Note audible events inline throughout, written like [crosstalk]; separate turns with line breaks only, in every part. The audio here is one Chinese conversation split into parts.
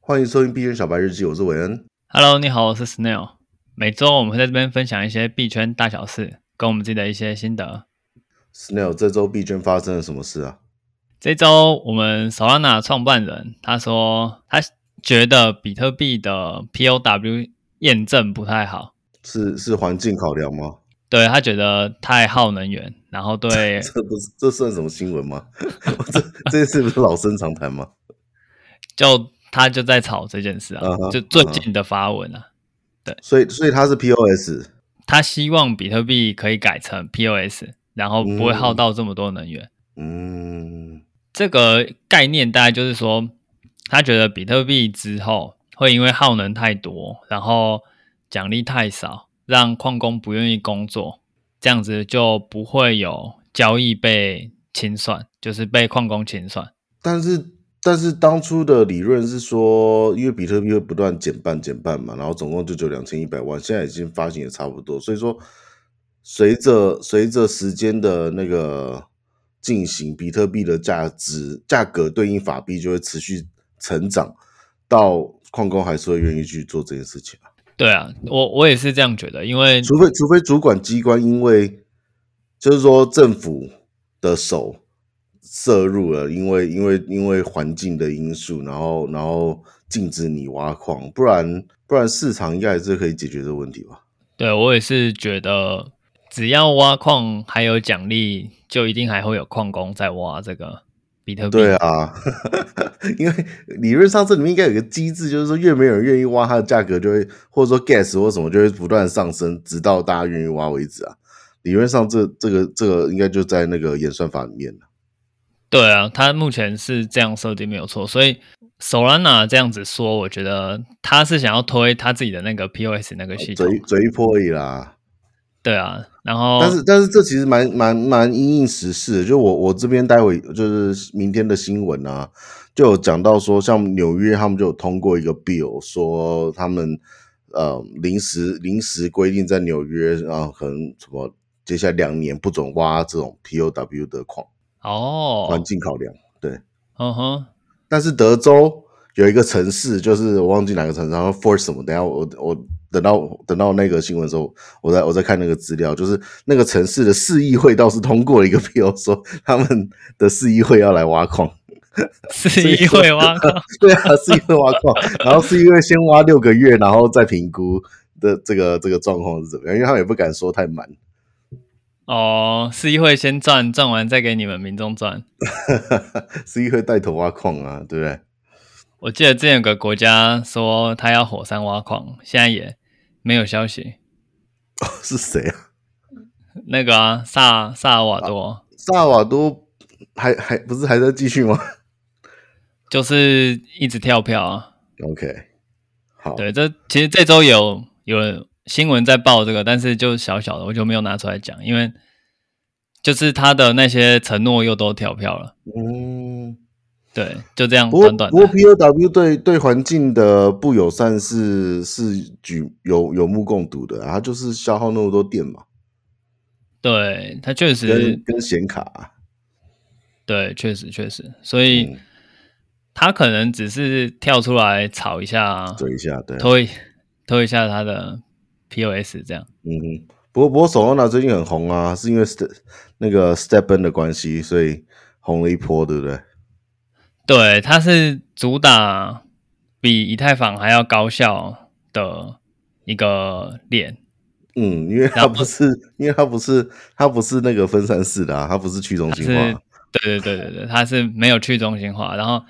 欢迎收听币圈小白日记，我是韦恩。
Hello，你好，我是 Snail。每周我们会在这边分享一些币圈大小事，跟我们自己的一些心得。
Snail，这周币圈发生了什么事啊？
这周我们 Solana 创办人他说，他觉得比特币的 POW 验证不太好，
是是环境考量吗？
对他觉得太耗能源，然后对
这不是这算什么新闻吗？ [laughs] 这这件事不是老生常谈吗？
就他就在吵这件事啊
嗯哼
就最近的发文啊，
所以所以它是 POS，
他希望比特币可以改成 POS，然后不会耗到这么多能源。
嗯
这个概念大概就是说，他觉得比特币之后会因为耗能太多，然后奖励太少，让矿工不愿意工作，这样子就不会有交易被清算，就是被矿工清算。
但是但是当初的理论是说，因为比特币会不断减半减半嘛，然后总共就只有两千一百万，现在已经发行也差不多，所以说随着随着时间的那个进行，比特币的价值价格对应法币就会持续成长，到矿工还是会愿意去做这件事情啊，
对啊，我我也是这样觉得，因为
除非除非主管机关因为就是说政府的手。摄入了，因为因为因为环境的因素，然后然后禁止你挖矿，不然不然市场应该还是可以解决这个问题吧？
对我也是觉得，只要挖矿还有奖励，就一定还会有矿工在挖这个比特币。
对啊， [laughs] 因为理论上这里面应该有个机制，就是说越没有人愿意挖，它的价格就会或者说 gas 或什么就会不断上升，直到大家愿意挖为止啊。理论上这这个这个应该就在那个演算法里面了。
对啊，它目前是这样设定没有错，所以 Solana 这样子说，我觉得他是想要推他自己的那个 POS 那个系统
哦嘴，嘴一破而已啦。
对啊，然后
但是但是这其实蛮蛮蛮因应时事的，就我我这边待会就是明天的新闻啊，就有讲到说，像纽约他们就有通过一个 bill，说他们呃临时临时规定在纽约啊、呃可能什么接下来两年不准挖这种 POW 的矿，环
哦，
境考量。
嗯哼，
但是德州有一个城市，就是我忘记哪个城市，然后 for 什么，等一下我我等到等到那个新闻的时候，我再我再看那个资料，就是那个城市的市议会倒是通过了一个 bill，说他们的市议会要来挖矿。 [laughs] 啊
是议会挖矿，
对啊，市议会挖矿， [laughs] 然后市议会先挖六个月，然后再评估的这个这个状况是怎么样，因为他们也不敢说太满。 [laughs]
哦，是议会先赚，赚完再给你们民众赚。
市议会带头挖矿啊，对不 [laughs] 对？
我记得之前有个国家说他要火山挖矿，现在也没有消息。
是谁啊？
那个啊，萨萨尔瓦多
萨尔瓦多还还不是还在继续吗
就是一直跳票啊。
？OK，好，
对，这其实这周有有新闻在报这个，但是就小小的，我就没有拿出来讲，因为就是他的那些承诺又都跳票了。
嗯。
对，就这样
不过
短短
不过
的。
POW 对对环境的不友善是是举有有目共睹的啊、它就是消耗那么多电嘛，
对，他确实
跟，跟显卡啊、
对，确实确实，所以、
嗯
他可能只是跳出来吵一下，
对一下，对啊，
推推一下他的 POS 这样。
嗯哼。不过不过手 o l 最近很红啊，是因为 Ste 那个 Stepen 的关系，所以红了一波，对不对？
对，它是主打比以太坊还要高效的一个链。
嗯，因为它
然后
不是，因为它不是，它不是那个分散式的啊，它不是去中
它
心
是
化啊、，
对对对对对，它是没有去中心化。然后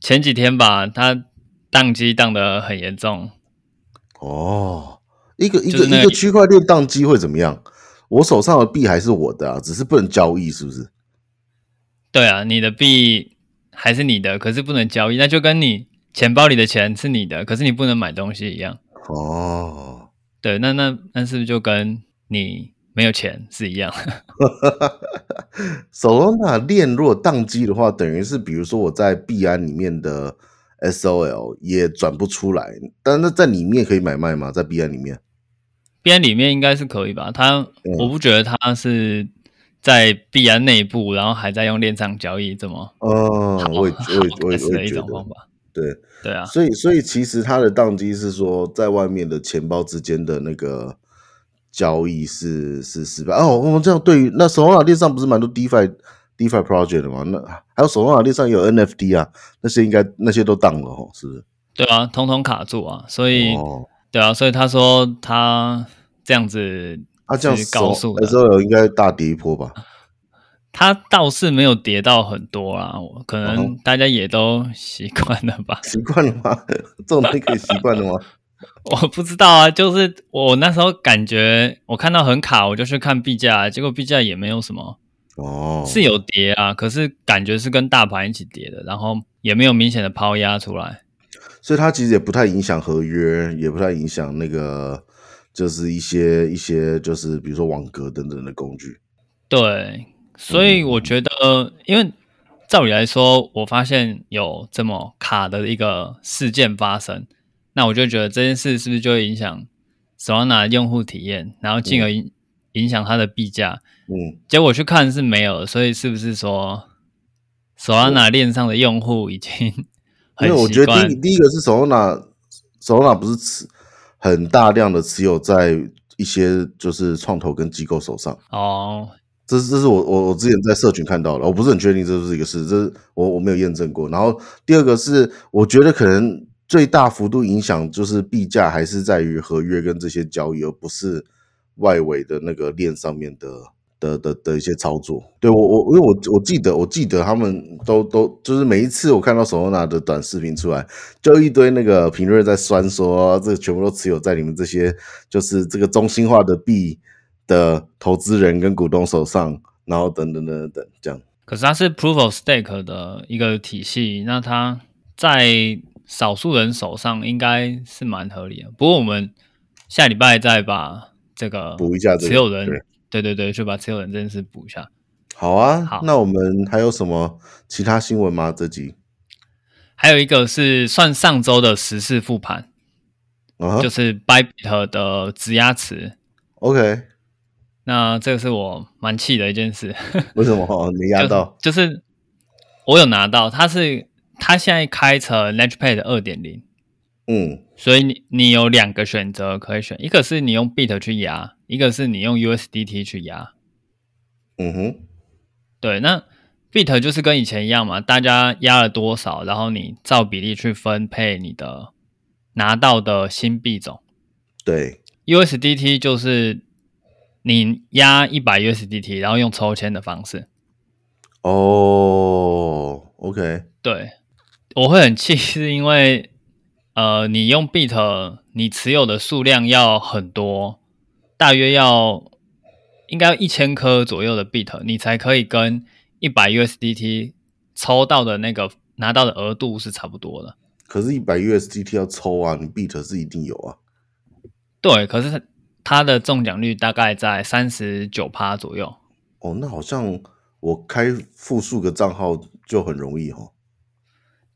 前几天吧，它宕机宕的很严重，
哦，一个一
就
个
是那
一
个
个区块链宕机会怎么样？我手上的币还是我的啊，只是不能交易，是不是？
对啊，你的币还是你的，可是不能交易，那就跟你钱包里的钱是你的，可是你不能买东西一样。
哦，
对，那那那是不是就跟你没有钱是一样？
手 o l a 链如果宕机的话，等于是比如说我在币安里面的 SOL 也转不出来，但那在里面可以买卖吗？在币安里面？
币安里面应该是可以吧？它
嗯
我不觉得它是在币安内部，然后还在用链上交易这么
哦，我也
好
我也我也
好
我
的
也
一
觉
种方
得，
法。
对，
对啊，
所以所以其实它的宕机是说，在外面的钱包之间的那个交易是是失败。哦，我们这样对于那手拉链上不是蛮多 DeFi DeFi project 的嘛？那还有手拉链上有 NFT 啊，那些应该那些都宕了哦，是不是？
对啊，通通卡住啊，所以、
哦，
对啊，所以他说他这样子
啊，这样
是高速
那
的
时，候应该大跌一波吧？
他倒是没有跌到很多啦，我可
哦
能大家也都习惯了吧， [laughs]
习惯了吗？ [laughs] 这种东西可以习惯的吗？
我不知道啊，就是我那时候感觉我看到很卡，我就去看币价，啊结果币价也没有什么，
哦，
[laughs] 是有跌啊，可是感觉是跟大盘一起跌的，然后也没有明显的抛压出来。
所以它其实也不太影响合约，也不太影响那个，就是一些一些就是比如说网格等等的工具。
对，所
嗯
以我觉得，呃因为照理来说，我发现有这么卡的一个事件发生，那我就觉得这件事是不是就会影响 Solana 的用户体验，然后进而影影响它的币价？
嗯，
结果去看是没有的，所以是不是说 Solana 链上的用户已经 [laughs]
因为
很
我
习
觉得
惯
第一？第一个是 Solana，Solana 不是持很大量的持有在一些就是创投跟机构手上，
哦，
这是这是我我我之前在社群看到的，我不是很确定这是不是一个事，这是我我没有验证过。然后第二个是，我觉得可能最大幅度影响就是币价还是在于合约跟这些交易，而不是外围的那个链上面的的的的一些操作。对我我因为我我记得我记得他们都都就是每一次我看到手 o 拿的短视频出来，就一堆那个评论在酸说，这全部都持有在你们这些就是这个中心化的币。的投资人跟股东手上，然后等等等等等，这样。
可是它是 Proof of Stake 的一个体系，那它在少数人手上应该是蛮合理的。不过我们下礼拜再把这个
补一下这个
持有人，
对
对对对，就把持有人这件事补一下。
好啊，
好
那我们还有什么其他新闻吗？这集
还有一个是算上周的时事复盘，
啊哈
[laughs] 就是 Bybit 的质押池。
，OK，
那这个是我蛮气的一件事，
为什么没压到？
[laughs] 就是就是我有拿到，它是它现在开成 Launchpad 二点零，
嗯，
所以你你有两个选择可以选，一个是你用 Bit 去压，一个是你用 USDT 去压。
嗯哼，
对，那 Bit 就是跟以前一样嘛，大家压了多少，然后你照比例去分配你的拿到的新币种。
对，
USDT 就是你压一百 USDT，然后用抽签的方式。
哦，OK，
对，我会很气，是因为呃，你用 Bit，你持有的数量要很多，大约要应该一千颗左右的 Bit，你才可以跟一百 USDT 抽到的那个拿到的额度是差不多的。
可是，一百 USDT 要抽啊，你 bit 是一定有啊。
对，可是它它的中奖率大概在三十九趴左右。
哦，那好像我开复数个账号就很容易哦。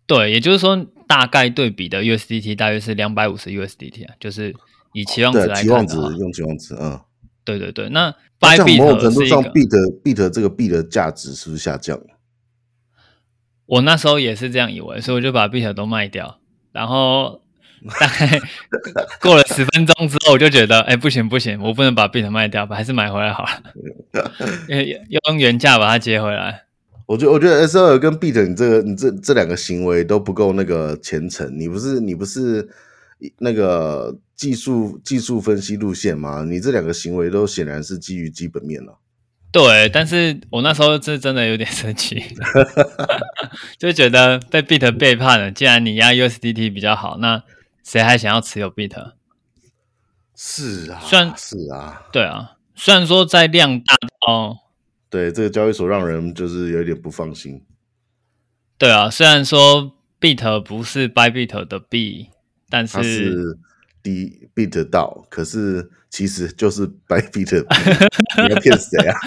对，也就是说，大概对比的 USDT 大约是两百五十 USDT 啊，就是以期望值
对，
来
期望
看
值
的话，
用期望值，嗯，
对对对。那
那这样某种
Bybit
程度
是一
上
个，
，bit bit 这个币的价值是不是下降了？
我那时候也是这样以为，所以我就把 Bit 都卖掉，然后大概过了十分钟之后，我就觉得，哎，不行不行，我不能把 Bit 卖掉，还是买回来好了，因为要用原价把它接回来。
我觉得我觉得 S 二跟 Beat 你这个你这这两个行为都不够那个虔诚，你不是你不是那个技术技术分析路线吗？你这两个行为都显然是基于基本面了、
对，但是我那时候是真的有点 [laughs] 生气，就觉得被 Bit 背叛了。既然你压 USDT 比较好，那谁还想要持有 Bit？
是啊，
虽然
是啊，
对啊，虽然说在量大到，
对这个交易所让人就是有一点不放心。
对啊，虽然说 Bit 不是 Bybit 的币，但
它
是
是低 Beat 到，可是其实就是白 Beat，你 [laughs] 要骗谁啊？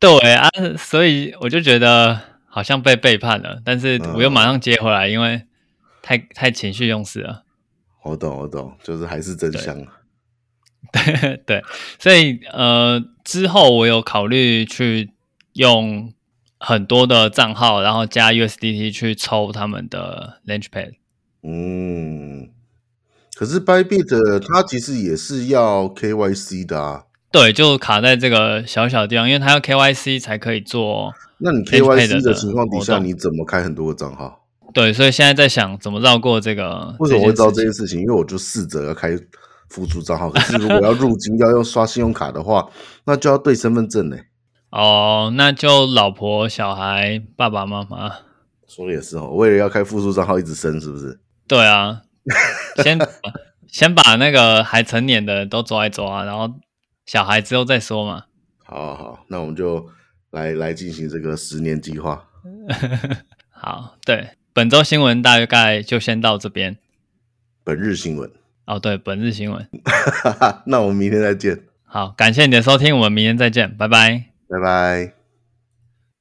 对啊，所以我就觉得好像被背叛了，但是
嗯
我又马上接回来，因为太太情绪用事了。 [laughs]
我懂我懂，就是还是真香啊。
对，所以呃，之后我有考虑去用很多的账号，然后加 USDT 去抽他们的 Launchpad。
嗯，可是 Bybit 它其实也是要 KYC 的啊。
对，就卡在这个小小地方，因为它要 KYC 才可以做。
那你
Launchpad
KYC 的情况底
活
下，
动
你怎么开很多个账号？
对，所以现在在想怎么绕过这个。
为什么会知道这
件
件
事
事情？因为我就试着要开辅助账号，可是如果要入金 [laughs] 要用刷信用卡的话，那就要对身份证呢、
情？哦，那就老婆、小孩、爸爸妈妈。
说的也是哦，为了要开辅助账号一直升，是不是？
对啊，先先把那个还成年的都抓一抓，然后小孩之后再说嘛。
好好好，那我们就来来进行这个十年计划。
好，对，本周新闻大概就先到这边。
本日新闻， [laughs]
哦，对，本日新闻。
那我们明天再见，
好，感谢你的收听，我们明天再见，拜拜。
拜拜。